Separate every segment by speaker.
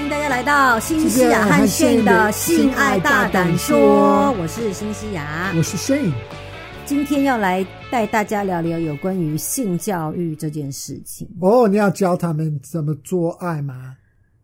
Speaker 1: 迎大家来到新西亚和炫的性爱大胆说，我是新西亚。
Speaker 2: 我是 Shane，
Speaker 1: 今天要来带大家聊聊有关于性教育这件事情。
Speaker 2: 哦，你要教他们怎么做爱吗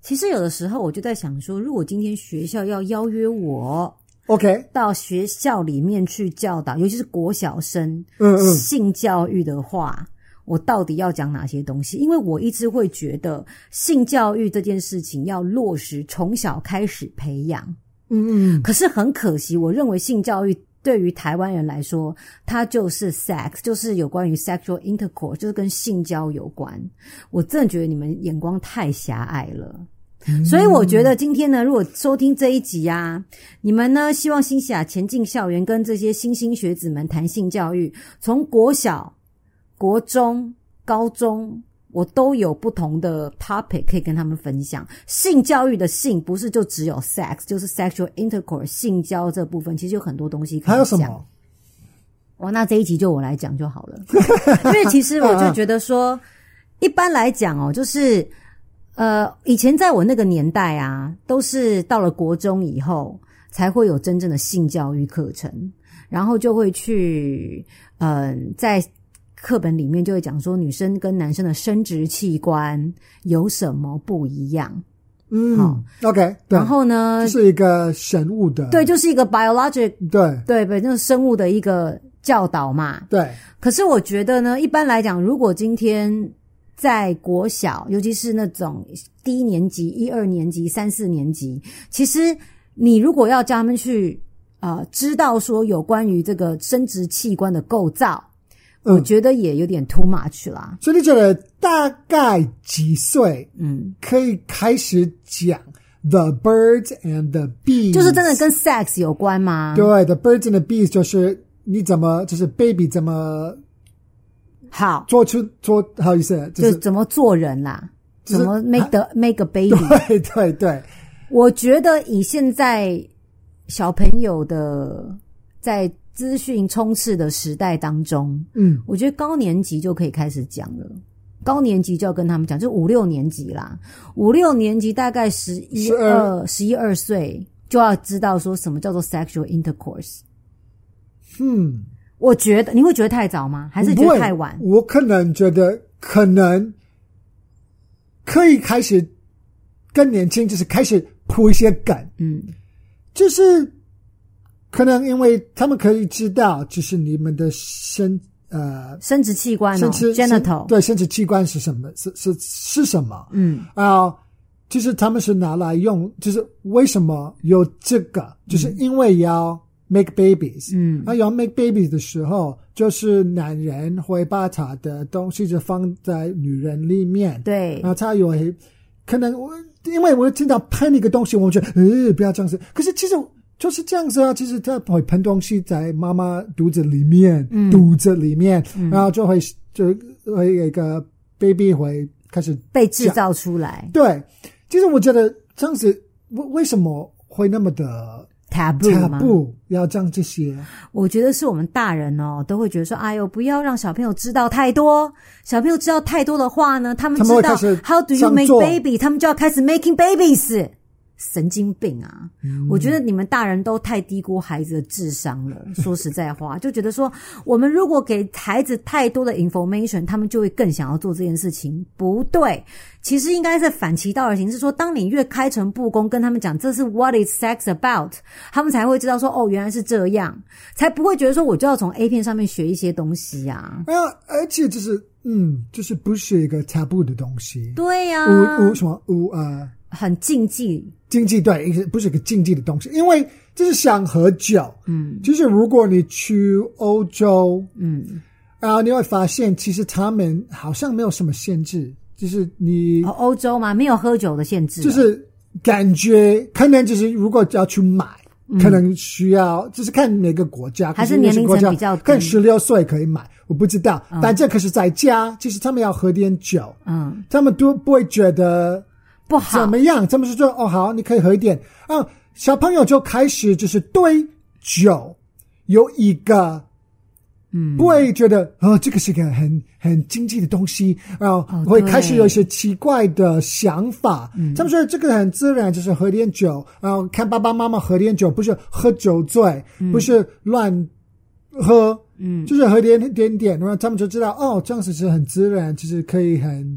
Speaker 1: 其实有的时候我就在想说，如果今天学校要邀约我
Speaker 2: ？OK，
Speaker 1: 到学校里面去教导，尤其是国小生
Speaker 2: 嗯嗯
Speaker 1: 性教育的话。我到底要讲哪些东西？因为我一直会觉得性教育这件事情要落实，从小开始培养。
Speaker 2: 嗯嗯，
Speaker 1: 可是很可惜，我认为性教育对于台湾人来说，它就是 sex，就是有关于 sexual intercourse，就是跟性交有关。我真的觉得你们眼光太狭隘了。所以我觉得今天呢，如果收听这一集啊，你们呢希望新西亚前进校园，跟这些新兴学子们谈性教育，从国小、国中、高中，我都有不同的 topic 可以跟他们分享。性教育的性不是就只有 sex，就是 sexual intercourse 性交这部分，其实有很多东西可以
Speaker 2: 还有什
Speaker 1: 讲
Speaker 2: 么？
Speaker 1: 哇，那这一集就我来讲就好了， 因为其实我就觉得说，一般来讲哦，就是呃，以前在我那个年代啊，都是到了国中以后才会有真正的性教育课程，然后就会去嗯、在。课本里面就会讲说，女生跟男生的生殖器官有什么不一样。好
Speaker 2: 嗯，OK，对
Speaker 1: 然，后呢
Speaker 2: 这，是一个神物的，
Speaker 1: 对，就是一个 biologic，
Speaker 2: 对
Speaker 1: 对，对，就是生物的一个教导嘛。
Speaker 2: 对，
Speaker 1: 可是我觉得呢，一般来讲，如果今天在国小，尤其是那种低年级、一二年级、三四年级，其实你如果要叫他们去呃知道说有关于这个生殖器官的构造，我
Speaker 2: 嗯，
Speaker 1: 觉得也有点 too much 啦。
Speaker 2: 所以你觉得大概几岁
Speaker 1: 嗯，
Speaker 2: 可以开始讲 the birds and the bees？
Speaker 1: 就是真的跟 sex 有关吗？
Speaker 2: 对，the birds and the bees 就是你怎么就是 baby 怎么
Speaker 1: 好，
Speaker 2: 做出做，不好意思，就
Speaker 1: 就是怎么做人啦，
Speaker 2: 就
Speaker 1: 怎
Speaker 2: 是啊
Speaker 1: 么 make the make a baby。
Speaker 2: 对对对，
Speaker 1: 我觉得以现在小朋友的在资讯充斥的时代当中，
Speaker 2: 嗯
Speaker 1: 我觉得高年级就可以开始讲了。高年级就要跟他们讲，就五六年级啦，五六年级大概十一
Speaker 2: 12
Speaker 1: 二、十一二岁就要知道说什么叫做 sexual intercourse。
Speaker 2: 嗯。
Speaker 1: 我觉得你会觉得太早吗？还是
Speaker 2: 我
Speaker 1: 觉
Speaker 2: 不
Speaker 1: 得
Speaker 2: 会，
Speaker 1: 太晚？
Speaker 2: 我可能觉得可能可以开始更年轻，就是开始铺一些梗，
Speaker 1: 嗯，
Speaker 2: 就是可能因为他们可以知道，就是你们的身呃
Speaker 1: 生殖器官哦
Speaker 2: 生殖
Speaker 1: ，genital，
Speaker 2: 对生殖器官是什么是是是什么
Speaker 1: 嗯
Speaker 2: 啊、就是他们是拿来用，就是为什么有这个，就是因为要 make babies，
Speaker 1: 嗯
Speaker 2: 那要 make baby 的时候，就是男人会把他的东西就放在女人里面，，
Speaker 1: 对
Speaker 2: 然，后他有可能我因为我经常喷一个东西，我觉得呃不要这样子，可是其实就是这样子啊，其实他会喷东西在妈妈肚子里面，
Speaker 1: 嗯
Speaker 2: 肚子里面，
Speaker 1: 嗯
Speaker 2: 然后就会就会有一个 baby 会开始
Speaker 1: 被制造出来
Speaker 2: 对，其实我觉得这样子为为什么会那么的
Speaker 1: taboo
Speaker 2: 踏
Speaker 1: 吗？
Speaker 2: 步要这样这些？
Speaker 1: 我觉得是我们大人哦，都会觉得说，哎呦，不要让小朋友知道太多。小朋友知道太多的话呢，他们
Speaker 2: 他
Speaker 1: 知
Speaker 2: 们会
Speaker 1: 道
Speaker 2: 开始
Speaker 1: how do you
Speaker 2: 这
Speaker 1: make
Speaker 2: 样做
Speaker 1: baby，他们就要开始 making babies。神经病啊！
Speaker 2: 嗯
Speaker 1: 我觉得你们大人都太低估孩子的智商 了。说实在话，就觉得说，我们如果给孩子太多的 information，他们就会更想要做这件事情。不对，其实应该是反其道而行，是说，当你越开诚布公跟他们讲这是 what is sex about，他们才会知道说，哦，原来是这样，才不会觉得说我就要从 A 片上面学一些东西呀、啊。
Speaker 2: 然后哎而且就是嗯，就是不是一个 taboo 的东西，
Speaker 1: 对啊呀、
Speaker 2: 无无什么无呃
Speaker 1: 很禁忌。
Speaker 2: 禁忌，对，一个不是一个禁忌的东西，因为就是想喝酒，
Speaker 1: 嗯
Speaker 2: 就是如果你去欧洲，
Speaker 1: 嗯，
Speaker 2: 然后你会发现其实他们好像没有什么限制，就是你
Speaker 1: 哦欧洲嘛，没有喝酒的限制啊，
Speaker 2: 就是感觉可能就是如果要去买，可能需要就是看每个国家，
Speaker 1: 嗯还是
Speaker 2: 可有些
Speaker 1: 年龄层
Speaker 2: 国家
Speaker 1: 比较低
Speaker 2: 看十六岁可以买，我不知道。但这可是在家，其实他们要喝点酒，
Speaker 1: 嗯
Speaker 2: 他们都不会觉得
Speaker 1: 不好
Speaker 2: 怎。么样，他们是说哦好，你可以喝一点啊。小朋友就开始就是对酒有一个
Speaker 1: 嗯，
Speaker 2: 不会觉得哦，这个是个很很经济的东西啊，
Speaker 1: 哦
Speaker 2: 会
Speaker 1: 对
Speaker 2: 开始有一些奇怪的想
Speaker 1: 哦
Speaker 2: 法。
Speaker 1: 嗯
Speaker 2: 他们说这个很自然，就是喝点酒，然后看爸爸妈妈喝点酒，不是喝酒醉，不是乱喝，
Speaker 1: 嗯
Speaker 2: 就是喝点点点，然后他们就知道哦，这样子是很自然，就是可以很，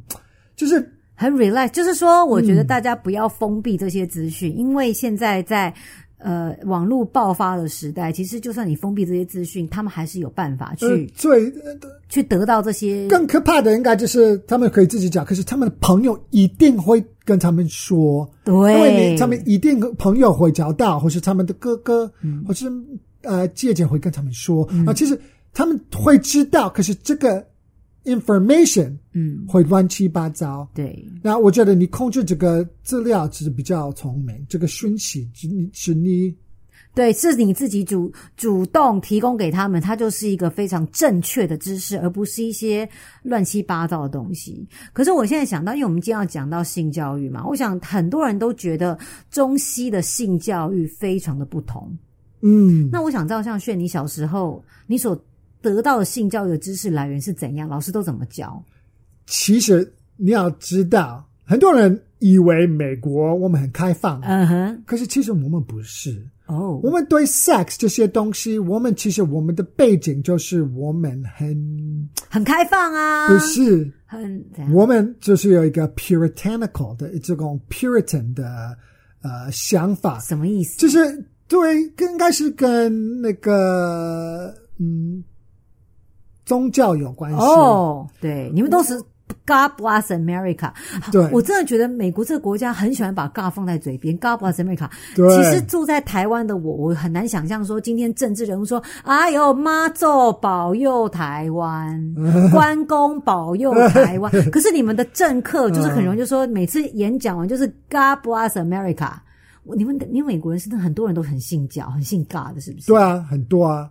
Speaker 2: 就是
Speaker 1: 很 relax，就是说，我觉得大家不要封闭这些资讯，因为现在在呃网络爆发的时代，其实就算你封闭这些资讯，他们还是有办法去、
Speaker 2: 呃最呃
Speaker 1: 去得到这些。
Speaker 2: 更可怕的应该就是他们可以自己讲，可是他们的朋友一定会跟他们说，因为
Speaker 1: 对，
Speaker 2: 你他们一定朋友会找到，或是他们的哥哥，或是呃姐姐会跟他们说啊、其实他们会知道，可是这个 information
Speaker 1: 嗯，
Speaker 2: 会乱七八糟。
Speaker 1: 对，
Speaker 2: 那我觉得你控制这个资料其实比较聪明，这个讯息是你是你
Speaker 1: 对，是你自己主主动提供给他们，它就是一个非常正确的知识，而不是一些乱七八糟的东西。可是我现在想到，因为我们今天要讲到性教育嘛，我想很多人都觉得中西的性教育非常的不同。
Speaker 2: 嗯，
Speaker 1: 那我想知道，像炫，你小时候你所得到的性教育的知识来源是怎样？老师都怎么教？
Speaker 2: 其实你要知道，很多人以为美国我们很开放，啊
Speaker 1: 嗯哼，
Speaker 2: 可是其实我们不是。
Speaker 1: 哦
Speaker 2: 我，们对 sex 这些东西，我们其实我们的背景就是我们很
Speaker 1: 很开放啊，
Speaker 2: 不是，
Speaker 1: 很怎样？
Speaker 2: 我们就是有一个 puritanical 的这种 puritan 的呃想法，
Speaker 1: 什么意思？
Speaker 2: 就是对，应该是跟那个嗯宗教有关系。
Speaker 1: 哦，对，你们都是 God bless America。
Speaker 2: 对
Speaker 1: 我真的觉得美国这个国家很喜欢把 God 放在嘴边，God bless America。
Speaker 2: 对
Speaker 1: 其实住在台湾的我，我很难想象说今天政治人物说：“哎呦，妈祖保佑台 湾，关公保佑台湾。”可是你们的政客就是很容易就说，每次演讲完就是 God bless America。我你们的你们美国人是不是很多人都很信教，很信 God 的，是不是？
Speaker 2: 对啊，很多啊，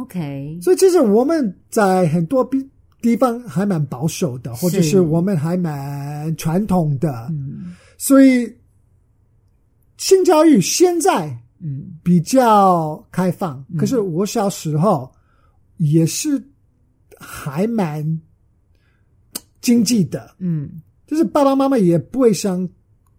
Speaker 1: ，OK，
Speaker 2: 所以其实我们在很多地地方还蛮保守的，或者
Speaker 1: 是
Speaker 2: 是我们还蛮传统的。
Speaker 1: 嗯
Speaker 2: 所以性教育现在
Speaker 1: 嗯。
Speaker 2: 比较开放，可是我小时候也是还蛮经济的，
Speaker 1: 嗯
Speaker 2: 就是爸爸妈妈也不会想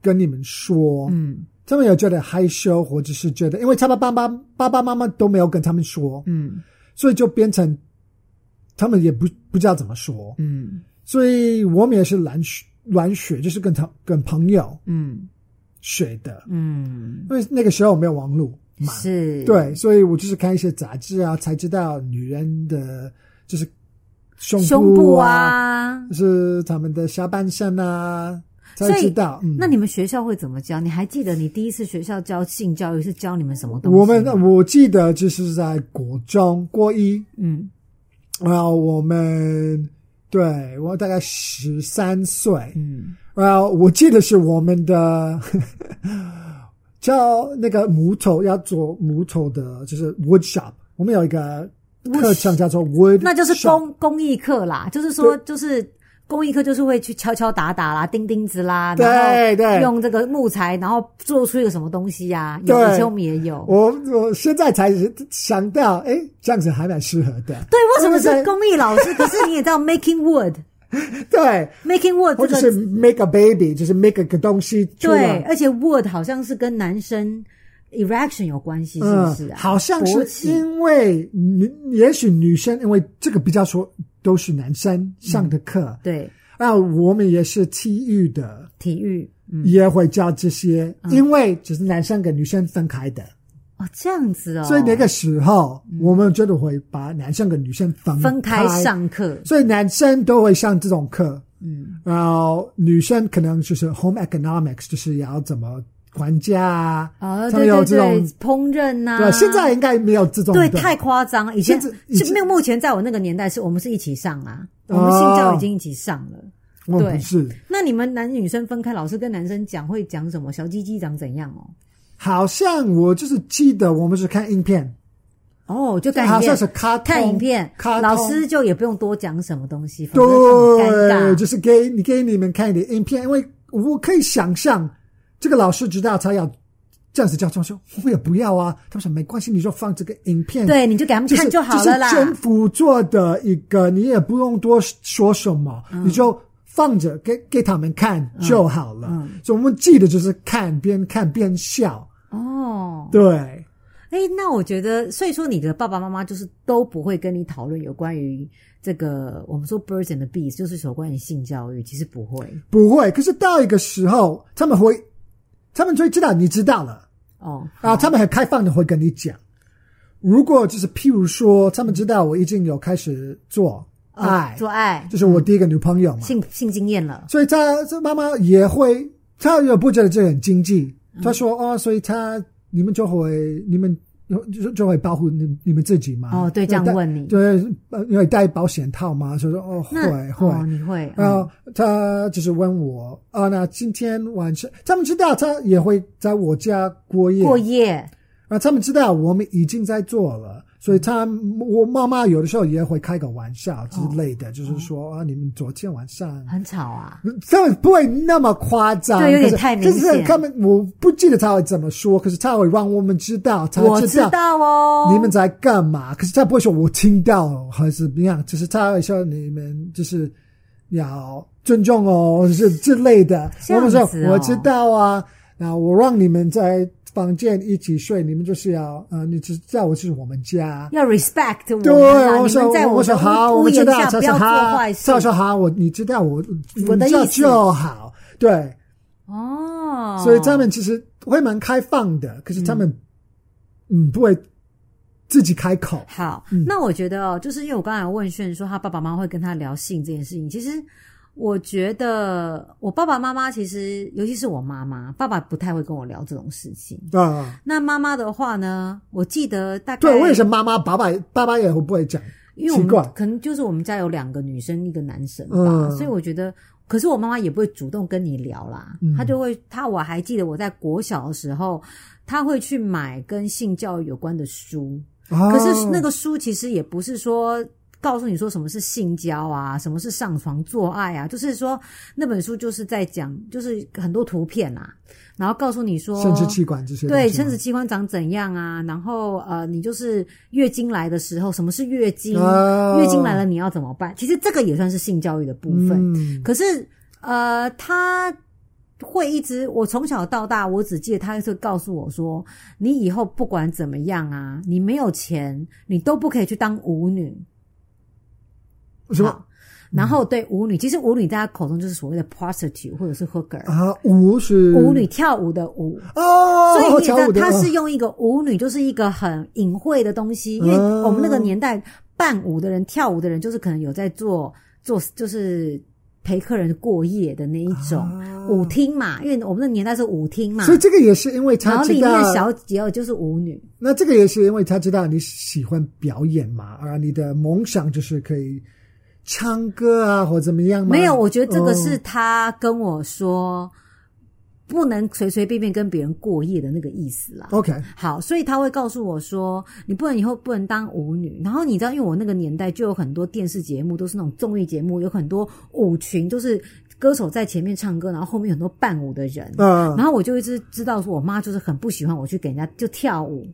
Speaker 2: 跟你们说，
Speaker 1: 嗯
Speaker 2: 他们有觉得害羞，或者是觉得，因为他们爸爸爸爸妈妈都没有跟他们说，
Speaker 1: 嗯
Speaker 2: 所以就变成他们也不不知道怎么说，
Speaker 1: 嗯
Speaker 2: 所以我们也是懒学懒学，就是跟他跟朋友
Speaker 1: 嗯
Speaker 2: 学的，
Speaker 1: 嗯，
Speaker 2: 因为那个时候没有网络嘛，
Speaker 1: 是，
Speaker 2: 对，所以我就是看一些杂志啊，才知道女人的就是胸
Speaker 1: 胸
Speaker 2: 部
Speaker 1: 部
Speaker 2: 啊，
Speaker 1: 啊。
Speaker 2: 就是他们的下半身啊，才
Speaker 1: 所以
Speaker 2: 知道。嗯，
Speaker 1: 那你们学校会怎么教？你还记得你第一次学校教性教育是教你们什么东西吗？
Speaker 2: 我们我记得就是在国中国一，
Speaker 1: 嗯
Speaker 2: 然后我们对我大概十三岁，
Speaker 1: 嗯
Speaker 2: 然后我记得是我们 的叫那个木头要做木头的，就是 wood shop，我们有一个课程叫做 wood，
Speaker 1: 嗯那就是
Speaker 2: shop
Speaker 1: 工工艺课啦，就是说就是。工艺课就是会去敲敲打打啦、钉钉子啦，
Speaker 2: 对
Speaker 1: 然后
Speaker 2: 对
Speaker 1: 用这个木材，然后做出一个什么东西呀、有，
Speaker 2: 对
Speaker 1: 以前我们也有。
Speaker 2: 我我现在才想到，哎，这样子还蛮适合的。
Speaker 1: 对，为什么
Speaker 2: 我们
Speaker 1: 是
Speaker 2: 在
Speaker 1: 工艺老师？可是你也知道 making wood，making
Speaker 2: 对，
Speaker 1: wood
Speaker 2: 或
Speaker 1: 这
Speaker 2: 者
Speaker 1: 个
Speaker 2: 是 make a baby，就是 make 个东西出
Speaker 1: 对，
Speaker 2: 来。
Speaker 1: 而且 wood 好像是跟男生 erection 有关系，是不
Speaker 2: 嗯
Speaker 1: 是、啊，
Speaker 2: 好像
Speaker 1: 勃
Speaker 2: 是
Speaker 1: 起
Speaker 2: 因为女，也许女生因为这个比较说都是男生上的课，
Speaker 1: 对
Speaker 2: 那、我们也是体育的，
Speaker 1: 体育，嗯，
Speaker 2: 也会教这些，因为只是男生跟女生分开的，
Speaker 1: 哦，这样子哦，
Speaker 2: 所以那个时候、我们真的会把男生跟女生分
Speaker 1: 分开
Speaker 2: 开
Speaker 1: 上课，
Speaker 2: 所以男生都会上这种课，
Speaker 1: 嗯
Speaker 2: 然后女生可能就是 home economics，就是要怎么管家啊，
Speaker 1: 哦，
Speaker 2: 他
Speaker 1: 对
Speaker 2: 们有
Speaker 1: 对
Speaker 2: 这
Speaker 1: 对
Speaker 2: 种，
Speaker 1: 烹饪呐、
Speaker 2: 对，现在应该没有这种
Speaker 1: 啊对
Speaker 2: 的，
Speaker 1: 太夸张了，以前
Speaker 2: 甚至以前
Speaker 1: 是没有，目前在我那个年代是我们是一起上啊，我
Speaker 2: 哦
Speaker 1: 们性教育已经一起上了。
Speaker 2: 我
Speaker 1: 对
Speaker 2: 不是，
Speaker 1: 那你们男女生分开，老师跟男生讲会讲什么？小鸡鸡长怎样哦？
Speaker 2: 好像我就是记得我们是看影片，
Speaker 1: 哦，就看
Speaker 2: 好
Speaker 1: 影
Speaker 2: 像
Speaker 1: 片
Speaker 2: 是卡通
Speaker 1: 看影片，
Speaker 2: 卡通
Speaker 1: 老师就也不用多讲什么东西，否则就很尴
Speaker 2: 对，
Speaker 1: 尬。
Speaker 2: 就是给你给你们看一点影片，因为我可以想象这个老师知道他要这样子叫他们说，我也不要啊。他们说没关系，你就放这个影片，
Speaker 1: 对，你就给他们
Speaker 2: 就
Speaker 1: 嗯
Speaker 2: 是
Speaker 1: 看就好了啦。
Speaker 2: 这是政府做的一个，你也不用多说什么，
Speaker 1: 嗯
Speaker 2: 你就放着给给他们看就好了。
Speaker 1: 嗯
Speaker 2: 所以我们记得就是看，边看边笑。
Speaker 1: 哦，
Speaker 2: 对，
Speaker 1: 哎，那我觉得，所以说你的爸爸妈妈就是都不会跟你讨论有关于这个我们说 birds and the bees，就是有关于性教育，其实不会
Speaker 2: 不会。可是到一个时候，他们会，他们就会知道你知道了。
Speaker 1: 哦。
Speaker 2: 啊，他们很开放的会跟你讲。如果就是譬如说，他们知道我已经有开始做
Speaker 1: 哦
Speaker 2: 爱，
Speaker 1: 做嗯爱
Speaker 2: 就是我第一个女朋友嘛，
Speaker 1: 性性经验了，
Speaker 2: 所以他这妈妈也会，她也不觉得这很经济。
Speaker 1: 嗯
Speaker 2: 她说哦，所以她你们就会你们。就就会保护你你们自己嘛？
Speaker 1: 哦对这样
Speaker 2: 戴
Speaker 1: 问你
Speaker 2: 对，呃因为戴保险套嘛，所以说哦会
Speaker 1: 那
Speaker 2: 会、
Speaker 1: 哦，你会
Speaker 2: 然
Speaker 1: 嗯
Speaker 2: 后他就是问我啊，那今天晚上他们知道他也会在我家过夜，
Speaker 1: 过夜
Speaker 2: 啊，他们知道我们已经在做
Speaker 1: 嗯
Speaker 2: 了，所以他我妈妈有的时候也会开个玩笑之类
Speaker 1: 哦
Speaker 2: 的，就是说啊，你们昨天晚上。
Speaker 1: 很吵啊，
Speaker 2: 他们不会那么夸张，
Speaker 1: 对有点
Speaker 2: 可是
Speaker 1: 太明
Speaker 2: 就是
Speaker 1: 显
Speaker 2: 他们，我不记得他会怎么说，可是他会让我们知道，他
Speaker 1: 我知道哦，
Speaker 2: 你们在干嘛？可是他不会说我听到还是怎么样，只是他会说你们就是要尊重哦，是之类的。
Speaker 1: 这
Speaker 2: 我
Speaker 1: 样
Speaker 2: 们
Speaker 1: 子哦
Speaker 2: 说我知道啊，然后我让你们在房间一起睡，你们就是要呃，你知道我是我们家。
Speaker 1: 要 respect 我
Speaker 2: 对，
Speaker 1: 们啦，
Speaker 2: 我
Speaker 1: 你们
Speaker 2: 说
Speaker 1: 在
Speaker 2: 我
Speaker 1: 的
Speaker 2: 说好，
Speaker 1: 屋
Speaker 2: 我
Speaker 1: 屋
Speaker 2: 们知
Speaker 1: 檐
Speaker 2: 道
Speaker 1: 下，不
Speaker 2: 他说
Speaker 1: 要做
Speaker 2: 好
Speaker 1: 坏，事
Speaker 2: 他。说好，我你知道我
Speaker 1: 我的
Speaker 2: 你知道
Speaker 1: 意思
Speaker 2: 就好，对，
Speaker 1: 哦，
Speaker 2: 所以他们其实会蛮开放的，可是他们嗯不会自己开口，
Speaker 1: 好，
Speaker 2: 嗯
Speaker 1: 那我觉得哦，就是因为我刚才问炫说他爸爸妈妈会跟他聊性这件事情，其实我觉得我爸爸妈妈其实，尤其是我妈妈，爸爸不太会跟我聊这种事情。
Speaker 2: 啊、
Speaker 1: 那妈妈的话呢，我记得大概
Speaker 2: 对，为什么妈妈、爸爸、爸爸也会不会讲？
Speaker 1: 因为我
Speaker 2: 奇怪
Speaker 1: 们可能就是我们家有两个女生一个男生吧，
Speaker 2: 嗯
Speaker 1: 所以我觉得，可是我妈妈也不会主动跟你聊啦，
Speaker 2: 嗯
Speaker 1: 她就会，她我还记得我在国小的时候，她会去买跟性教育有关的书，
Speaker 2: 可
Speaker 1: 可是那个书其实也不是说告诉你说什么是性交啊，什么是上床做爱啊，就是说那本书就是在讲，就是很多图片啊，然后告诉你说
Speaker 2: 生殖器官这些东西吗，
Speaker 1: 对，生殖器官长怎样啊？然后呃，你就是月经来的时候，什么是月经？
Speaker 2: 哦
Speaker 1: 月经来了你要怎么办？其实这个也算是性教育的部分。
Speaker 2: 嗯，
Speaker 1: 可是呃，他会一直，我从小到大，我只记得他是告诉我说，你以后不管怎么样啊，你没有钱，你都不可以去当舞女。
Speaker 2: 什么
Speaker 1: 好然后对舞女，其实舞女在他口中就是所谓的 prostitute 或者是 hooker，、
Speaker 2: 啊？舞是
Speaker 1: 舞女跳舞的舞。
Speaker 2: 哦，
Speaker 1: 所以你
Speaker 2: 跳舞
Speaker 1: 的
Speaker 2: 的
Speaker 1: 他是
Speaker 2: 哦
Speaker 1: 用一个舞女，就是一个很隐晦的东西，因为
Speaker 2: 嗯
Speaker 1: 我们那个年代伴舞的人、跳舞的人，就是可能有在做做，就是陪客人过夜的那一种、
Speaker 2: 啊
Speaker 1: 舞厅嘛，因为我们那年代是舞厅嘛
Speaker 2: 所以。这个也是因为
Speaker 1: 然
Speaker 2: 他
Speaker 1: 后
Speaker 2: 知
Speaker 1: 里面的
Speaker 2: 道，
Speaker 1: 小姐哦就是舞女，
Speaker 2: 那这个也是因为他知道你喜欢表演嘛，啊，你的梦想就是可以唱歌啊，或怎么样吗？
Speaker 1: 没有，我觉得这个
Speaker 2: 哦
Speaker 1: 是他跟我说不能随随便便跟别人过夜的那个意思啦。
Speaker 2: 哦 OK，啊
Speaker 1: 好，所以他会告诉我说，你不能以后不能当舞女。然后你知道，因为我那个年代就有很多电视节目都是那种综艺节目，有很多舞群，就是歌手在前面唱歌，然后后面很多伴舞的人。
Speaker 2: 嗯
Speaker 1: 然后我就一直知道说，我妈就是很不喜欢我去给人家就跳舞，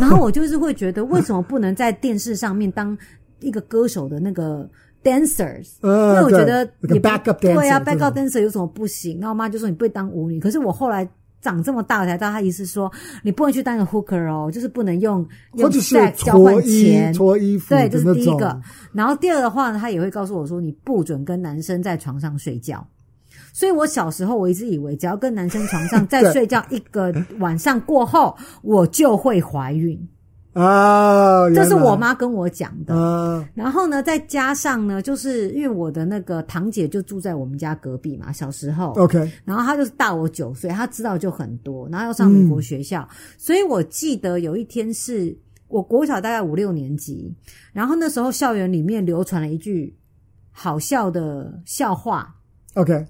Speaker 1: 然后我就是会觉得，为什么不能在电视上面当一个歌手的那个 dancers？因
Speaker 2: 呃，
Speaker 1: 为我觉
Speaker 2: 对
Speaker 1: 得
Speaker 2: 那个
Speaker 1: 也不
Speaker 2: backup
Speaker 1: 对啊
Speaker 2: dancer
Speaker 1: ，backup
Speaker 2: 这种
Speaker 1: dancer 有什么不行？然后我妈就说你不会当舞女，可是我后来。长这么大我才知道，她意思说你不能去当个 hooker 哦，就是不能用
Speaker 2: 或
Speaker 1: 用
Speaker 2: 者是
Speaker 1: sex 交
Speaker 2: 脱
Speaker 1: 换
Speaker 2: 衣
Speaker 1: 钱，
Speaker 2: 脱衣服
Speaker 1: 对，
Speaker 2: 的
Speaker 1: 这是
Speaker 2: 那
Speaker 1: 第一
Speaker 2: 种，
Speaker 1: 个。然后第二个话呢，他也会告诉我说，你不准跟男生在床上睡觉。所以我小时候我一直以为，只要跟男生床 上再
Speaker 2: 对
Speaker 1: 睡觉一个晚上过后，我就会怀 孕。
Speaker 2: 啊，
Speaker 1: 这是
Speaker 2: 原来
Speaker 1: 我妈跟我讲的。
Speaker 2: 啊，
Speaker 1: 然后呢，再加上呢，就是因为我的那个堂姐就住在我们家隔壁嘛，小时候。
Speaker 2: OK，
Speaker 1: 然后她就是大我九岁，她知道就很多，然后要上美国学校，所以我记得有一天是我国小大概五六年级，然后那时候校园里面流传了一句好笑的笑话，
Speaker 2: OK，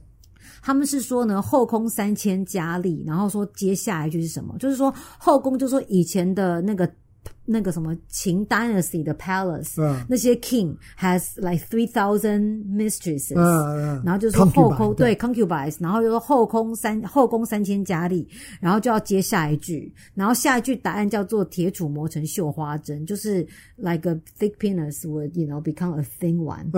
Speaker 1: 他们是说呢，后宫三千佳丽，然后说接下来一句是什么？就是说后宫就说以前的那个那个什么秦 dynasty 的 palace，、
Speaker 2: 嗯
Speaker 1: 那些 king has like three thousand mistresses，、
Speaker 2: 嗯嗯
Speaker 1: 然后就说后宫
Speaker 2: concubine，对
Speaker 1: 对 concubines，然后就说后宫三后宫三千佳丽，然后就要接下一句，然后下一句答案叫做铁杵磨成绣花针，就是 like a thick penis would you know become a thin one。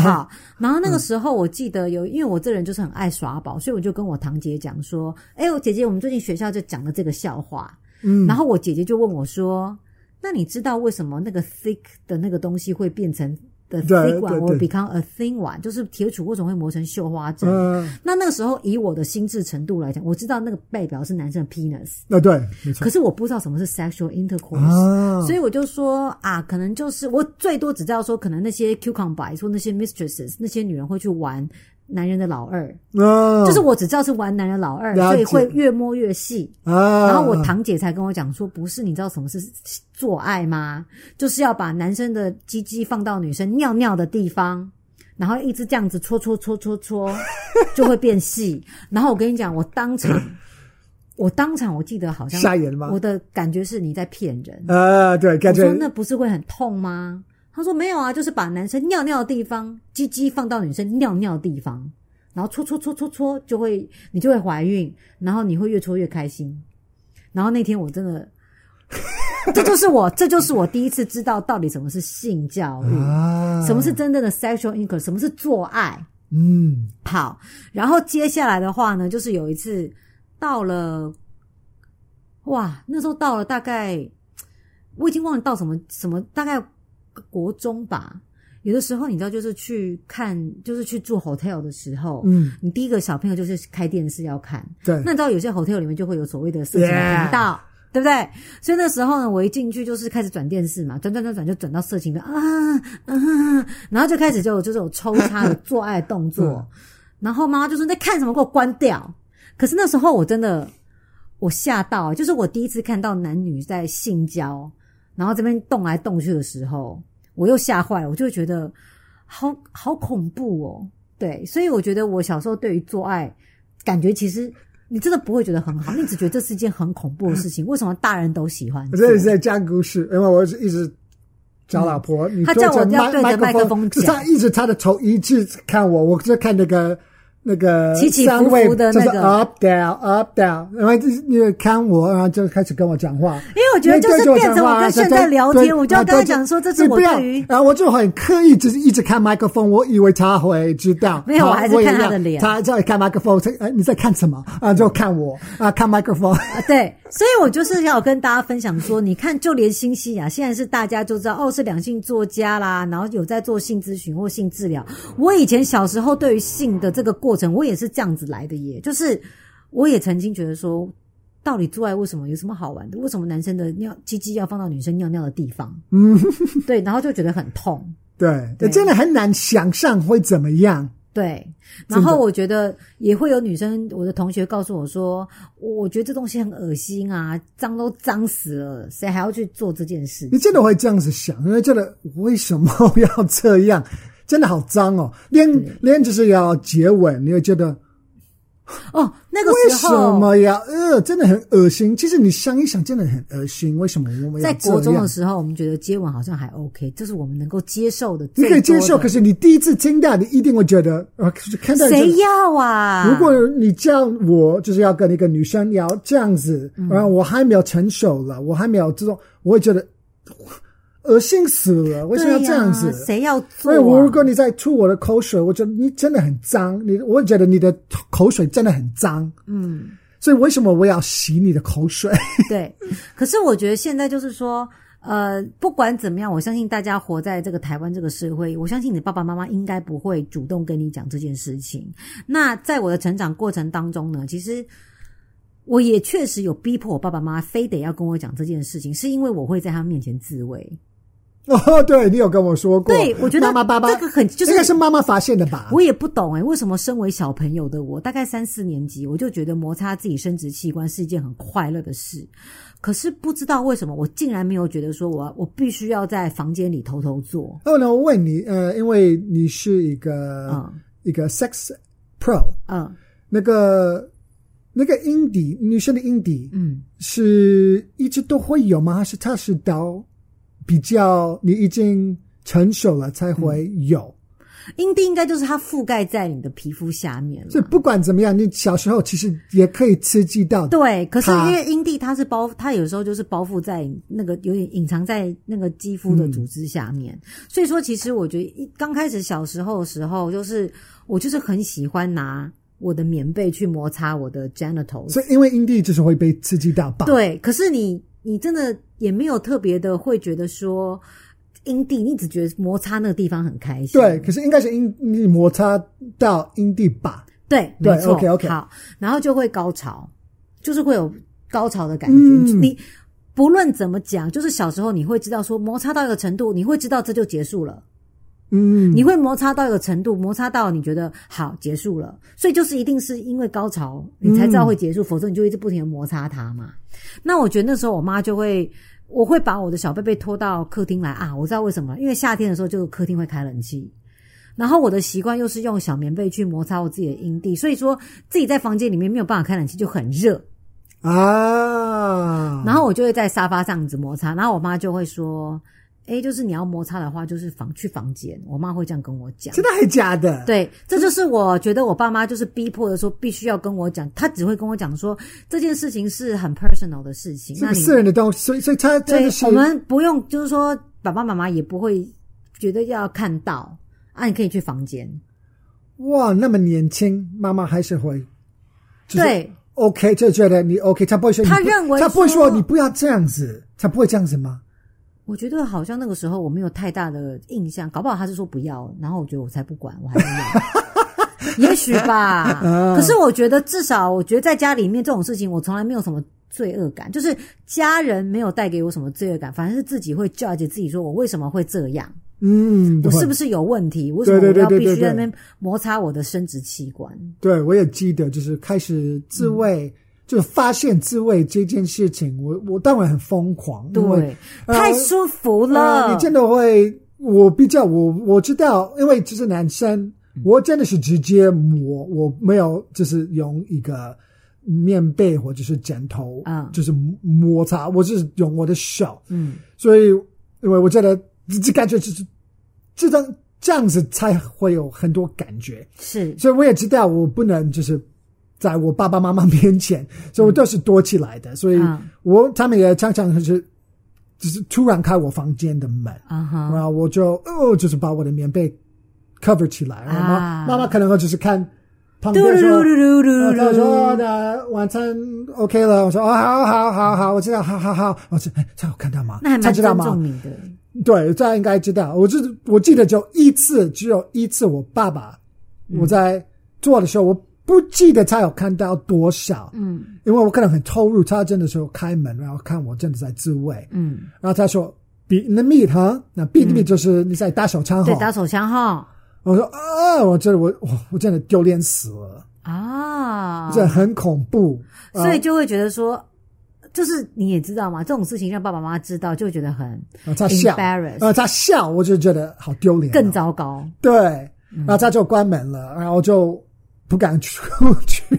Speaker 1: 好， 然后那个时候我记得有，因为我这人就是很爱耍宝，所以我就跟我堂姐讲说：“哎、我姐姐，我们最近学校就讲了这个笑话。”嗯，然后我姐姐就问我说：“那你知道为什么那个 thick 的那个东西会变成 the
Speaker 2: 对
Speaker 1: thick one
Speaker 2: 对
Speaker 1: will
Speaker 2: 对
Speaker 1: become a thin one？就是铁杵为什么会磨成绣花针？”
Speaker 2: 嗯，
Speaker 1: 那那个时候，以我的心智程度来讲，我知道那个代表是男生的 penis，
Speaker 2: 那对，没错
Speaker 1: 可是我不知道什么是 sexual intercourse，、
Speaker 2: 啊，
Speaker 1: 所以我就说啊，可能就是我最多只知道说，可能那些 cucumbers 或那些 mistresses 那些女人会去玩男人的老二，
Speaker 2: 啊，
Speaker 1: 就是我只知道是玩男人老二，
Speaker 2: 了
Speaker 1: 所
Speaker 2: 解
Speaker 1: 以会越摸越细。
Speaker 2: 啊，
Speaker 1: 然后我堂姐才跟我讲说，不是，你知道什么是做爱吗？就是要把男生的鸡鸡放到女生尿尿的地方，然后一直这样子搓搓搓搓搓， 就会变细。然后我跟你讲，我当场，我当场我记得好像
Speaker 2: 吓人吗
Speaker 1: 我的感觉是你在骗人。
Speaker 2: 啊，对，感
Speaker 1: 我
Speaker 2: 觉
Speaker 1: 说那不是会很痛吗？他说没有啊，就是把男生尿尿的地方鸡鸡放到女生尿尿的地方，然后搓搓搓搓搓，就会你就会怀孕，然后你会越搓越开心。然后那天我真 的，这就是我，这就是我第一次知道到底什么是性教育，
Speaker 2: 啊，
Speaker 1: 什么是真正的 sexual intercourse，什么是做爱。
Speaker 2: 嗯
Speaker 1: 好，然后接下来的话呢，就是有一次到了，哇，那时候到了大概，我已经忘了到什么什么，大概国中吧。有的时候你知道，就是去看，就是去住 hotel 的时候，
Speaker 2: 嗯，
Speaker 1: 你第一个小朋友就是开电视要看，
Speaker 2: 对，
Speaker 1: 那你知道有些 hotel 里面就会有所谓的色情的频道。对不对？所以那时候呢，我一进去就是开始转电视嘛，转转转转就转到色情的啊啊，然后就开始就有就是有抽插的做爱动作，
Speaker 2: 嗯
Speaker 1: 然后妈妈就说你在看什么，给我关掉。可是那时候我真的我吓到，就是我第一次看到男女在性交，然后这边动来动去的时候，我又吓坏了，我就会觉得好好恐怖哦。对，所以我觉得我小时候对于做爱，感觉其实你真的不会觉得很好，你只觉得这是一件很恐怖的事 情。为什么大人都喜欢
Speaker 2: 我
Speaker 1: 做？
Speaker 2: 这里是在讲故事，因为我一直找老婆，你
Speaker 1: 她嗯叫我
Speaker 2: 对
Speaker 1: 要对着
Speaker 2: 麦
Speaker 1: 麦克风
Speaker 2: 就是
Speaker 1: 讲
Speaker 2: 她一直她的头一直看我，我就看那个那个
Speaker 1: 起起伏
Speaker 2: 三
Speaker 1: 伏
Speaker 2: 位
Speaker 1: 的
Speaker 2: 就
Speaker 1: 那
Speaker 2: 是
Speaker 1: 个
Speaker 2: up down up down，然后就是你看我，然后就开始跟我讲话。
Speaker 1: 因为我觉得就是变成我跟现在聊天，我就要跟他啊讲说，这是我对于
Speaker 2: 然后我就很刻意，就是一直看麦克风，我以为他会知道。
Speaker 1: 没有
Speaker 2: 好
Speaker 1: 我还是
Speaker 2: 也一
Speaker 1: 看他
Speaker 2: 样
Speaker 1: 的脸
Speaker 2: 他在看麦克风，他哎你在看什么？啊，就看我啊，看麦克风。
Speaker 1: 啊，对，所以我就是要跟大家分享说，你看，就连新西亚现在是大家就知道哦，是两性作家啦，然后有在做性咨询或性治疗。我以前小时候对于性的这个过程，我也是这样子来的耶，就是我也曾经觉得说，到底做爱为什么有什么好玩的？为什么男生的尿鸡鸡要放到女生尿尿的地方？嗯，对，然后就觉得很痛。
Speaker 2: 对，
Speaker 1: 对
Speaker 2: 真的很难想象会怎么样。
Speaker 1: 对，
Speaker 2: 真
Speaker 1: 然
Speaker 2: 的
Speaker 1: 后我觉得也会有女生，我的同学告诉我说，我我觉得这东西很恶心啊，脏都脏死了，谁还要去做这件事
Speaker 2: 你？真的会这样子想，因为真的为什么要这样？ 真的好脏哦！连连就是要接吻，你会觉得
Speaker 1: 哦，那个
Speaker 2: 为
Speaker 1: 时
Speaker 2: 什
Speaker 1: 候
Speaker 2: 么呀？呃，真的很恶心。其实你想一想，真的很恶心。为什么我们要
Speaker 1: 在
Speaker 2: 这
Speaker 1: 国中
Speaker 2: 样
Speaker 1: 的？时候，我们觉得接吻好像还 OK，这是我们能够接受的最多
Speaker 2: 你可
Speaker 1: 的，
Speaker 2: 以接受，可是你第一次听到，你一定会觉得，呃，可是看到这
Speaker 1: 谁要啊？
Speaker 2: 如果你叫我就是要跟一个女生聊这样子，
Speaker 1: 嗯
Speaker 2: 然后我还没有成熟了，我还没有这种，我会觉得恶心死了。为什么要
Speaker 1: 对呀啊
Speaker 2: 这样子？
Speaker 1: 谁要做、
Speaker 2: 所
Speaker 1: 啊？
Speaker 2: 以，我如果你在吐我的口水，我觉得你真的很脏，你我觉得你的口水真的很脏。
Speaker 1: 嗯。
Speaker 2: 所以为什么我要洗你的口水？
Speaker 1: 对，可是我觉得现在就是说，呃，不管怎么样，我相信大家活在这个台湾这个社会，我相信你的爸爸妈妈应该不会主动跟你讲这件事情。那在我的成长过程当中呢，其实。我也确实有逼迫我爸爸妈妈非得要跟我讲这件事情，是因为我会在他面前自慰。
Speaker 2: 哦，对你有跟我说过，
Speaker 1: 对，我觉得
Speaker 2: 妈妈爸爸
Speaker 1: 这个很就是
Speaker 2: 应该是妈妈发现的吧？
Speaker 1: 我也不懂哎、为什么身为小朋友的我，大概三四年级，我就觉得摩擦自己生殖器官是一件很快乐的事。可是不知道为什么，我竟然没有觉得说我我必须要在房间里偷偷做。
Speaker 2: 哦，那我问你，呃，因为你是一个、
Speaker 1: 嗯
Speaker 2: 一个 sex pro，
Speaker 1: 嗯，
Speaker 2: 那个那个阴蒂，女生的阴蒂
Speaker 1: 嗯，
Speaker 2: 是一直都会有吗？还是它是到比较你已经成熟了才会
Speaker 1: 嗯
Speaker 2: 有？
Speaker 1: 阴蒂应该就是它覆盖在你的皮肤下面
Speaker 2: 所以
Speaker 1: 了。
Speaker 2: 不管怎么样，你小时候其实也可以刺激到。
Speaker 1: 对，可是
Speaker 2: 它
Speaker 1: 因为阴蒂它是包，它有时候就是包覆在那个有点隐藏在那个肌肤的组织下面，
Speaker 2: 嗯
Speaker 1: 所以说其实我觉得一刚开始小时候的时候，就是我就是很喜欢拿我的棉被去摩擦我的 genitals，
Speaker 2: 所以哦因为阴蒂就是会被刺激到吧？
Speaker 1: 对，可是你你真的也没有特别的会觉得说阴蒂，你只觉得摩擦那个地方很开心。
Speaker 2: 对，可是应该是阴你摩擦到阴蒂吧？
Speaker 1: 对，
Speaker 2: 对
Speaker 1: 没错。
Speaker 2: OK，OK
Speaker 1: 好，然后就会高潮，就是会有高潮的感觉。
Speaker 2: 嗯
Speaker 1: 你不论怎么讲，就是小时候你会知道说摩擦到一个程度，你会知道这就结束了。
Speaker 2: 嗯，
Speaker 1: 你会摩擦到一个程度，摩擦到你觉得好结束了，所以就是一定是因为高潮你才知道会结束，否则你就一直不停的摩擦它嘛。嗯那我觉得那时候我妈就会，我会把我的小贝贝拖到客厅来啊，我知道为什么了，因为夏天的时候就客厅会开冷气。然后我的习惯又是用小棉被去摩擦我自己的阴蒂，所以说自己在房间里面没有办法开冷气就很热，
Speaker 2: 啊，
Speaker 1: 然后我就会在沙发上一直摩擦，然后我妈就会说：“哎，就是你要摩擦的话，就是房去房间。”我妈会这样跟我讲。
Speaker 2: 真的还假的？，
Speaker 1: 对，这就是我觉得我爸妈就是逼迫的说必须要跟我讲，他只会跟我讲说这件事情是很 personal 的事情，
Speaker 2: 是
Speaker 1: 那
Speaker 2: 个
Speaker 1: 你
Speaker 2: 私人的东西，所以所以它真
Speaker 1: 对
Speaker 2: 的是
Speaker 1: 我们不用，就是说爸爸妈妈也不会觉得要看到啊，你可以去房间，
Speaker 2: 哇，那么年轻，妈妈还是会就是
Speaker 1: 对
Speaker 2: OK 就觉得你 OK，他不会说你不
Speaker 1: 她认为
Speaker 2: 他不会
Speaker 1: 说
Speaker 2: 说你不要这样子，他不会这样子吗？
Speaker 1: 我觉得好像那个时候我没有太大的印象，搞不好他是说不要，然后我觉得我才不管，我还是要，也许 吧。
Speaker 2: 嗯
Speaker 1: 可是我觉得至少，我觉得在家里面这种事情，我从来没有什么罪恶感，就是家人没有带给我什么罪恶感，反正是自己会 judge 自己，说我为什么会这样，
Speaker 2: 嗯，
Speaker 1: 我是不
Speaker 2: 是？
Speaker 1: 是有问题？为什么
Speaker 2: 对
Speaker 1: 我
Speaker 2: 对
Speaker 1: 要
Speaker 2: 对对
Speaker 1: 必须
Speaker 2: 对嗯
Speaker 1: 在那边摩擦我的生殖器官？
Speaker 2: 对，我也记得，就是开始自慰，
Speaker 1: 嗯
Speaker 2: 就是发现自慰这件事情，我我当然很疯狂，因为
Speaker 1: 对，太舒服
Speaker 2: 呃，
Speaker 1: 了
Speaker 2: 你。真的会，我比较我我知道，因为就是男生，
Speaker 1: 嗯
Speaker 2: 我真的是直接摸，我没有就是用一个面被或者是枕头，
Speaker 1: 嗯
Speaker 2: 就是摩擦，我就是用我的手，
Speaker 1: 嗯，
Speaker 2: 所以因为我觉得这这感觉就是这种这样子才会有很多感觉，
Speaker 1: 是
Speaker 2: 所以我也知道我不能就是。在我爸爸妈妈面前，所以我都是躲起来的，所以
Speaker 1: 嗯
Speaker 2: 我他们也常常就是，就是突然开我房间的门，
Speaker 1: 啊
Speaker 2: 然
Speaker 1: 哈，
Speaker 2: 后我就哦，就是把我的棉被 cover 起来，然后妈、
Speaker 1: 啊
Speaker 2: 妈妈可能会就是看旁
Speaker 1: 嘟
Speaker 2: 边
Speaker 1: 噜噜
Speaker 2: 说，
Speaker 1: 噜噜
Speaker 2: 呃她说
Speaker 1: 噜噜，
Speaker 2: 的晚餐 OK 了，我说哦，好好好好，我知道，好好好，我知哎，这我看到吗？
Speaker 1: 那还
Speaker 2: 他
Speaker 1: 蛮
Speaker 2: 知
Speaker 1: 尊
Speaker 2: 道吗
Speaker 1: 重？你的。
Speaker 2: 对，这应该知道。我就是我记得就一次，只有一次，我爸爸、
Speaker 1: 嗯
Speaker 2: 我在做的时候，我不记得他有看到多少，
Speaker 1: 嗯
Speaker 2: 因为我可能很投入，他真的时候开门，然后看我真的在自慰，
Speaker 1: 嗯。
Speaker 2: 然后他说 beat in the meat 哈，那 beat the meat 就是你在打手枪哈。
Speaker 1: 对，打手枪哈
Speaker 2: 我说啊，我真的我我我真的丢脸死了，
Speaker 1: 啊，
Speaker 2: 这、呃很恐怖。啊
Speaker 1: 所以就会觉得说，就是你也知道嘛，这种事情让爸爸妈妈知道，就会觉得很
Speaker 2: 然后他笑，
Speaker 1: Embarrassed
Speaker 2: 然后他笑，我就觉得好丢脸、啊
Speaker 1: 更。糟糕。
Speaker 2: 对，
Speaker 1: 嗯
Speaker 2: 然后他就关门了，然后就不敢出 去。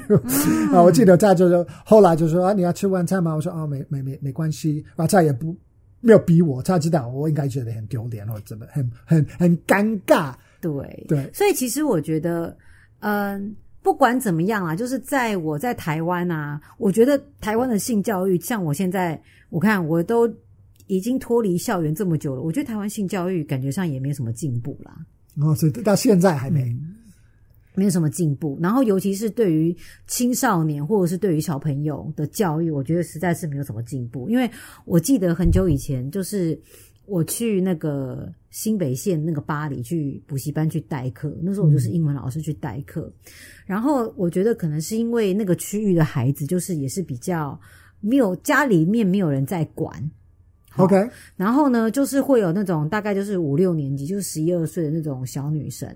Speaker 2: 啊，我记得他就是后来就说啊，你要吃晚餐吗？我说啊，没没没没关系。然后他也不没有逼我，他知道我应该觉得很丢脸，或者真的很很很尴尬。
Speaker 1: 对
Speaker 2: 对
Speaker 1: 所以其实我觉得，嗯。不管怎么样啊，就是在我在台湾啊，我觉得台湾的性教育，像我现在我看我都已经脱离校园这么久了，我觉得台湾性教育感觉上也没什么进步啦。
Speaker 2: 然后所以到现在还没。
Speaker 1: 嗯没有什么进步。然后，尤其是对于青少年或者是对于小朋友的教育，我觉得实在是没有什么进步。因为我记得很久以前，就是我去那个新北县那个巴黎去补习班去代课，那时候我就是英文老师去代课。然后我觉得可能是因为那个区域的孩子，就是也是比较没有家里面没有人在管。好
Speaker 2: OK，
Speaker 1: 然后呢，就是会有那种大概就是五六年级，就是十一二岁的那种小女生。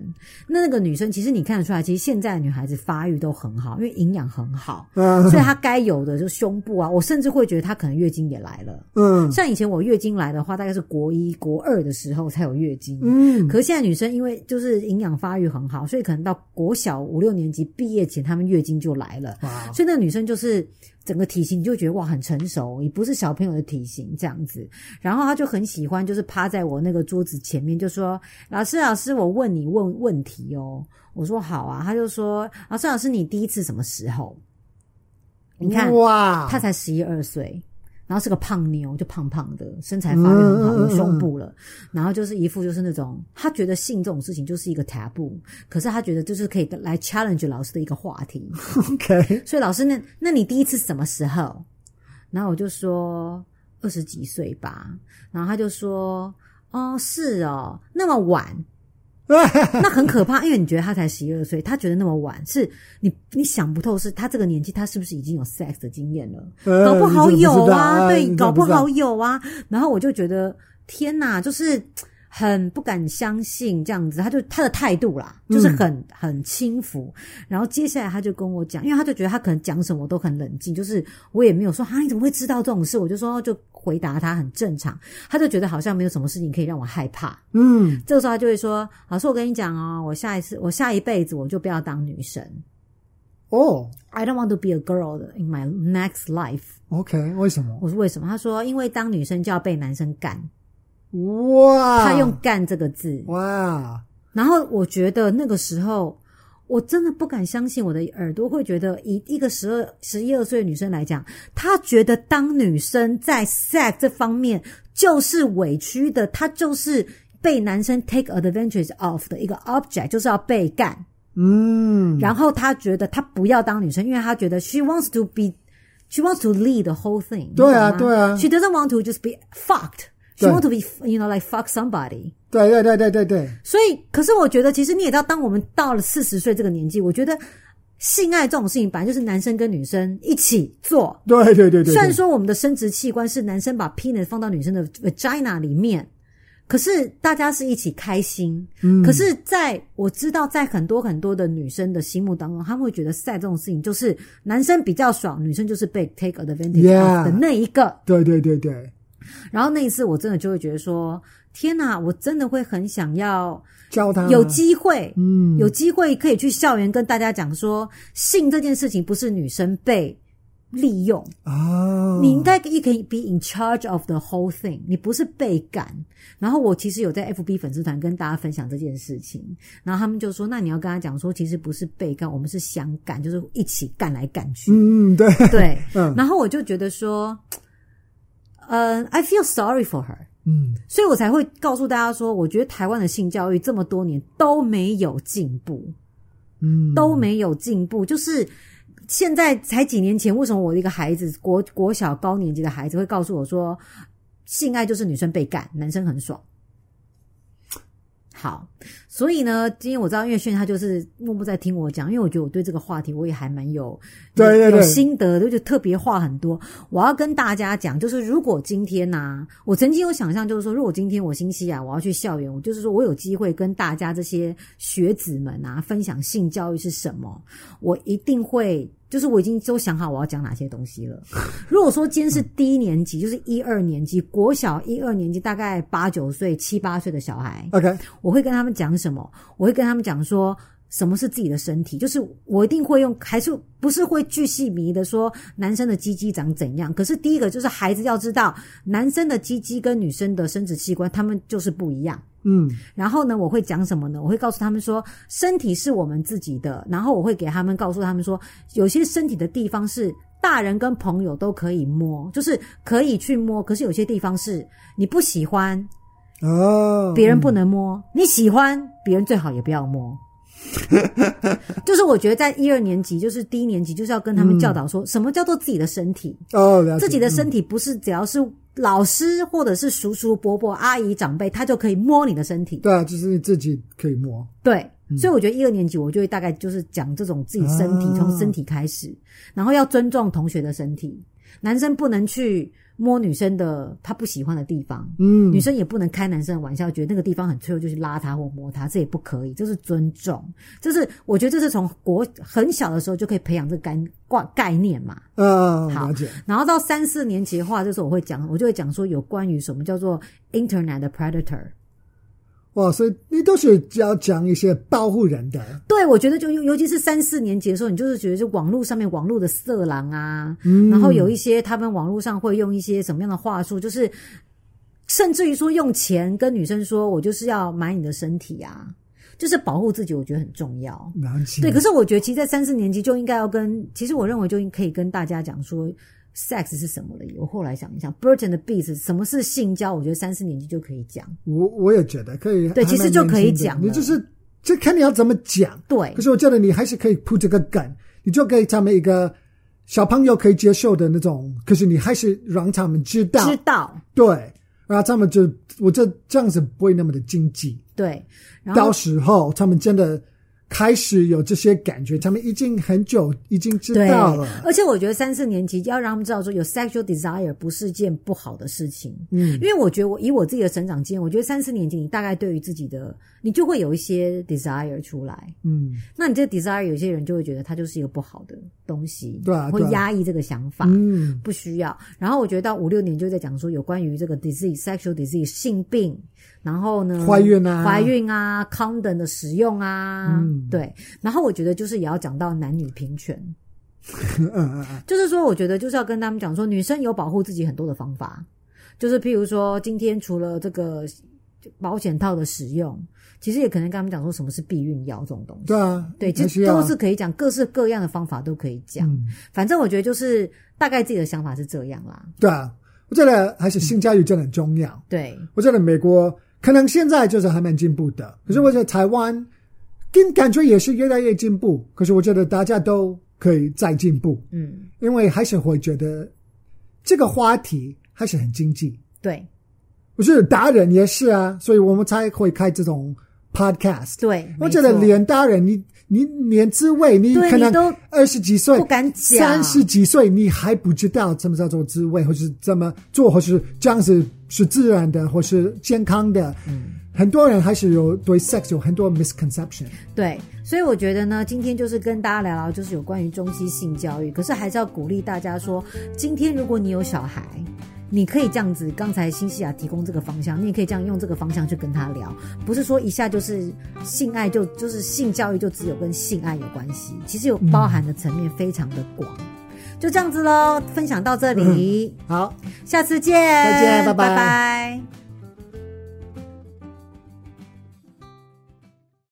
Speaker 1: 那个女生其实你看得出来，其实现在的女孩子发育都很好，因为营养很好，
Speaker 2: 嗯
Speaker 1: 所以她该有的就胸部啊，我甚至会觉得她可能月经也来了。
Speaker 2: 嗯
Speaker 1: 像以前我月经来的话，大概是国一、国二的时候才有月经。
Speaker 2: 嗯，
Speaker 1: 可是现在女生因为就是营养发育很好，所以可能到国小五六年级毕业前，她们月经就来了。
Speaker 2: 哇，
Speaker 1: 所以那个女生就是整个体型，你就觉得哇很成熟，也不是小朋友的体型这样子。然后她就很喜欢，就是趴在我那个桌子前面，就说：“老师，老师，我问你问问题哦。”我说：“好啊。”她就说：“老师，老师，你第一次什么时候？”你看，
Speaker 2: 哇，
Speaker 1: 她才十一二岁。然后是个胖妞，就胖胖的，身材发育很好，
Speaker 2: 嗯嗯嗯
Speaker 1: 有
Speaker 2: 嗯
Speaker 1: 胸部了。然后就是一副就是那种，她觉得性这种事情就是一个 taboo，可是她觉得就是可以来 challenge 老师的一个话题。
Speaker 2: OK，
Speaker 1: 所以老师，那那你第一次是什么时候？然后我就说二十几岁吧。然后他就说哦，是哦，那么晚，那很可怕，因为你觉得他才十二岁，他觉得那么晚，是你你想不透，是他这个年纪，他是不是已经有 sex 的经验了？
Speaker 2: 呃
Speaker 1: 搞不好有啊，
Speaker 2: 你
Speaker 1: 对，
Speaker 2: 怎么知道
Speaker 1: 搞不好
Speaker 2: 啊
Speaker 1: 有啊。然后我就觉得天哪，就是很不敢相信这样子，他就他的态度啦，就是
Speaker 2: 嗯
Speaker 1: 很、很轻浮。然后接下来他就跟我讲，因为他就觉得他可能讲什么都很冷静，就是我也没有说啊你怎么会知道这种事，我就说就回答他很正常，他就觉得好像没有什么事情可以让我害怕。
Speaker 2: 你怎么知道
Speaker 1: 这个时候他就会说，老师我跟你讲哦，我下一次我下一辈子我就不要当女生
Speaker 2: 嗯，哦
Speaker 1: ，I don't want to be a girl in my next life。
Speaker 2: ，OK，为什么？
Speaker 1: 我说为什么？他说因为当女生就要被男生干，
Speaker 2: 哇，
Speaker 1: 他用“干”这个字。
Speaker 2: 哇，
Speaker 1: 然后我觉得那个时候，我真的不敢相信我的耳朵会觉得，以一个十二、十一二岁的女生来讲，她觉得当女生在 sex 这方面就是委屈的，她就是被男生 take advantage of 的一个 object，就是要被干。
Speaker 2: 嗯，
Speaker 1: 然后她觉得她不要当女生，因为她觉得 she wants to be。She wants to lead the whole thing 你懂
Speaker 2: 对
Speaker 1: 吗。
Speaker 2: 啊对啊
Speaker 1: She doesn't want to just be fucked. She
Speaker 2: 对
Speaker 1: want to be, you know, like fuck somebody.
Speaker 2: 对对对对对对，
Speaker 1: 所以，可是我觉得，其实你也知道，当我们到了四十岁这个年纪，我觉得性爱这种事情本来就是男生跟女生一起做。
Speaker 2: 对对对对对，
Speaker 1: 虽然说我们的生殖器官是男生把 penis 放到女生的呃 vagina 里面，可是大家是一起开心。
Speaker 2: 嗯
Speaker 1: 可是在我知道，在很多很多的女生的心目当中，他们会觉得赛这种事情就是男生比较爽，女生就是被 take advantage
Speaker 2: Yeah
Speaker 1: of 的那一个。
Speaker 2: 对对对对，
Speaker 1: 然后那一次，我真的就会觉得说，天哪，我真的会很想要
Speaker 2: 教他
Speaker 1: 有机会，
Speaker 2: 嗯
Speaker 1: 有机会可以去校园跟大家讲说，性这件事情不是女生被利用，
Speaker 2: 啊，
Speaker 1: 你应该也可以 be in charge of the whole thing，你不是被赶。然后我其实有在 FB 粉丝团跟大家分享这件事情，然后他们就说，那你要跟他讲说，其实不是被干，我们是想干，就是一起干来干去。
Speaker 2: 嗯嗯对，
Speaker 1: 对，
Speaker 2: 嗯
Speaker 1: 然后我就觉得说，呃，I feel sorry for her。
Speaker 2: 嗯
Speaker 1: 所以我才会告诉大家说，我觉得台湾的性教育这么多年都没有进步，
Speaker 2: 嗯
Speaker 1: 都没有进步，就是。现在才几年前，为什么我的一个孩子国国小高年级的孩子会告诉我说，性爱就是女生被干，男生很爽。好，所以呢，今天我知道岳炫他就是默默在听我讲，因为我觉得我对这个话题我也还蛮有
Speaker 2: 对对
Speaker 1: 有
Speaker 2: 对
Speaker 1: 有心得的，就特别话很多。我要跟大家讲，就是如果今天呐、我曾经有想象，就是说，如果今天我星期啊，我要去校园，我就是说我有机会跟大家这些学子们啊分享性教育是什么，我一定会。就是我已经都想好我要讲哪些东西 了。如果说今天是低年级，就是一二年级，国小一二年级，大概八九岁、七八岁的小孩，
Speaker 2: ，OK，
Speaker 1: 我会跟他们讲什么？我会跟他们讲说。什么是自己的身体？就是我一定会用，还是不是会巨细迷的说男生的鸡鸡长怎样？可是第一个就是孩子要知道，男生的鸡鸡跟女生的生殖器官，他们就是不一样。
Speaker 2: 嗯
Speaker 1: 然后呢，我会讲什么呢？我会告诉他们说，身体是我们自己的。然后我会给他们告诉他们说，有些身体的地方是大人跟朋友都可以摸，就是可以去摸。可是有些地方是你不喜欢，
Speaker 2: 哦，
Speaker 1: 别人不能摸，你喜欢别人最好也不要 摸。就是我觉得在一二年级，就是低年级，就是要跟他们教导说、什么叫做自己的身体，
Speaker 2: 哦了解
Speaker 1: 自己的身体不是只要是老师或者是叔叔、伯伯、阿姨、长辈，他就可以摸你的身体。
Speaker 2: 对啊，就是你自己可以摸，
Speaker 1: 对，所以我觉得一二年级我就会大概就是讲这种自己身体，
Speaker 2: 啊
Speaker 1: 从身体开始，然后要尊重同学的身体。男生不能去摸女生的他不喜欢的地方，
Speaker 2: 嗯
Speaker 1: 女生也不能开男生的玩笑，觉得那个地方很脆弱就去拉他或摸他，这也不可以，这是尊重，这是我觉得这是从国很小的时候就可以培养这个概概概念嘛。
Speaker 2: 嗯，
Speaker 1: 好
Speaker 2: 了解，
Speaker 1: 然后到三四年级的话，这时候我会讲，我就会讲说有关于什么叫做 Internet 的 predator。
Speaker 2: 哇，所以你都是要讲一些保护人的，
Speaker 1: 对，我觉得就尤尤其是三四年级的时候，你就是觉得就网络上面网络的色狼啊，
Speaker 2: 嗯
Speaker 1: 然后有一些他们网络上会用一些什么样的话术，就是甚至于说用钱跟女生说我就是要买你的身体啊，就是保护自己，我觉得很重要。
Speaker 2: 了解，
Speaker 1: 对，可是我觉得其实，在三四年级就应该要跟，其实我认为就应可以跟大家讲说，sex 是什么了。我后来想一想，Burton 的 Beats 什么是性交，我觉得三四年级就可以讲。
Speaker 2: 我我也觉得可以，
Speaker 1: 对
Speaker 2: 还蛮
Speaker 1: 其实就可以
Speaker 2: 年轻的
Speaker 1: 讲了
Speaker 2: 你就是这看你要怎么讲。
Speaker 1: 对
Speaker 2: 可，是我觉得你还是可以铺这个梗，你就给他们一个小朋友可以接受的那种，可是你还是让他们知道，
Speaker 1: 知道
Speaker 2: 对，然后他们就我这这样子不会那么的禁忌。
Speaker 1: 对，然后
Speaker 2: 到时候他们真的开始有这些感觉，他们已经很久已经知
Speaker 1: 对
Speaker 2: 道了，
Speaker 1: 而且我觉得三四年级要让他们知道说，有 sexual desire 不是件不好的事情。嗯，因为我觉得我以我自己的成长经验，我觉得三四年级你大概对于自己的，你就会有一些 desire 出来。
Speaker 2: 嗯
Speaker 1: 那你这个 desire 有些人就会觉得它就是一个不好的东西，
Speaker 2: 对啊
Speaker 1: 会
Speaker 2: 对啊
Speaker 1: 压抑这个想法。
Speaker 2: 嗯，
Speaker 1: 不需要。然后我觉得到五六年就在讲说有关于这个 disease、sexual disease 性病，然后呢，
Speaker 2: 怀孕啊
Speaker 1: 怀孕啊，condom 的使用啊，
Speaker 2: 嗯
Speaker 1: 对。然后我觉得就是也要讲到男女平权，
Speaker 2: 嗯嗯嗯，
Speaker 1: 就是说我觉得就是要跟他们讲说，女生有保护自己很多的方法，就是譬如说今天除了这个保险套的使用，其实也可能跟他们讲说什么是避孕药这种东西。
Speaker 2: 对啊，
Speaker 1: 对，
Speaker 2: 还
Speaker 1: 其
Speaker 2: 是
Speaker 1: 实
Speaker 2: 要
Speaker 1: 都是可以讲，各式各样的方法都可以讲。
Speaker 2: 嗯
Speaker 1: 反正我觉得就是大概自己的想法是这样啦。
Speaker 2: 对啊，我觉得还是性教育真的很重要。
Speaker 1: 对，
Speaker 2: 我觉得美国可能现在就是还蛮进步的，可是我觉得台湾跟感觉也是越来越进步，可是我觉得大家都可以再进步，
Speaker 1: 嗯，
Speaker 2: 因为还是会觉得这个话题还是很经济。
Speaker 1: 对
Speaker 2: 我觉得达人也是啊，所以我们才会开这种 podcast。
Speaker 1: 对，
Speaker 2: 我觉得
Speaker 1: 没错
Speaker 2: 连大人，你你连自慰，你
Speaker 1: 对
Speaker 2: 可
Speaker 1: 你
Speaker 2: 能
Speaker 1: 都
Speaker 2: 二十几岁
Speaker 1: 不敢讲
Speaker 2: 三十几岁你还不知道什么叫做自慰，或是怎么做，或是这样子是自然的，或是健康的。嗯，很多人还是有对 sex 有很多 misconception。
Speaker 1: 对，所以我觉得呢，今天就是跟大家聊聊，就是有关于中西性教育。可是还是要鼓励大家说，今天如果你有小孩，你可以这样子，刚才新西亚提供这个方向，你也可以这样用这个方向去跟他聊，不是说一下就是性爱就就是性教育就只有跟性爱有关系，其实有包含的层面非常的广。就这样子喽，分享到这里，
Speaker 2: 好。
Speaker 1: 下次见，
Speaker 2: 嗯再见拜拜
Speaker 1: 拜拜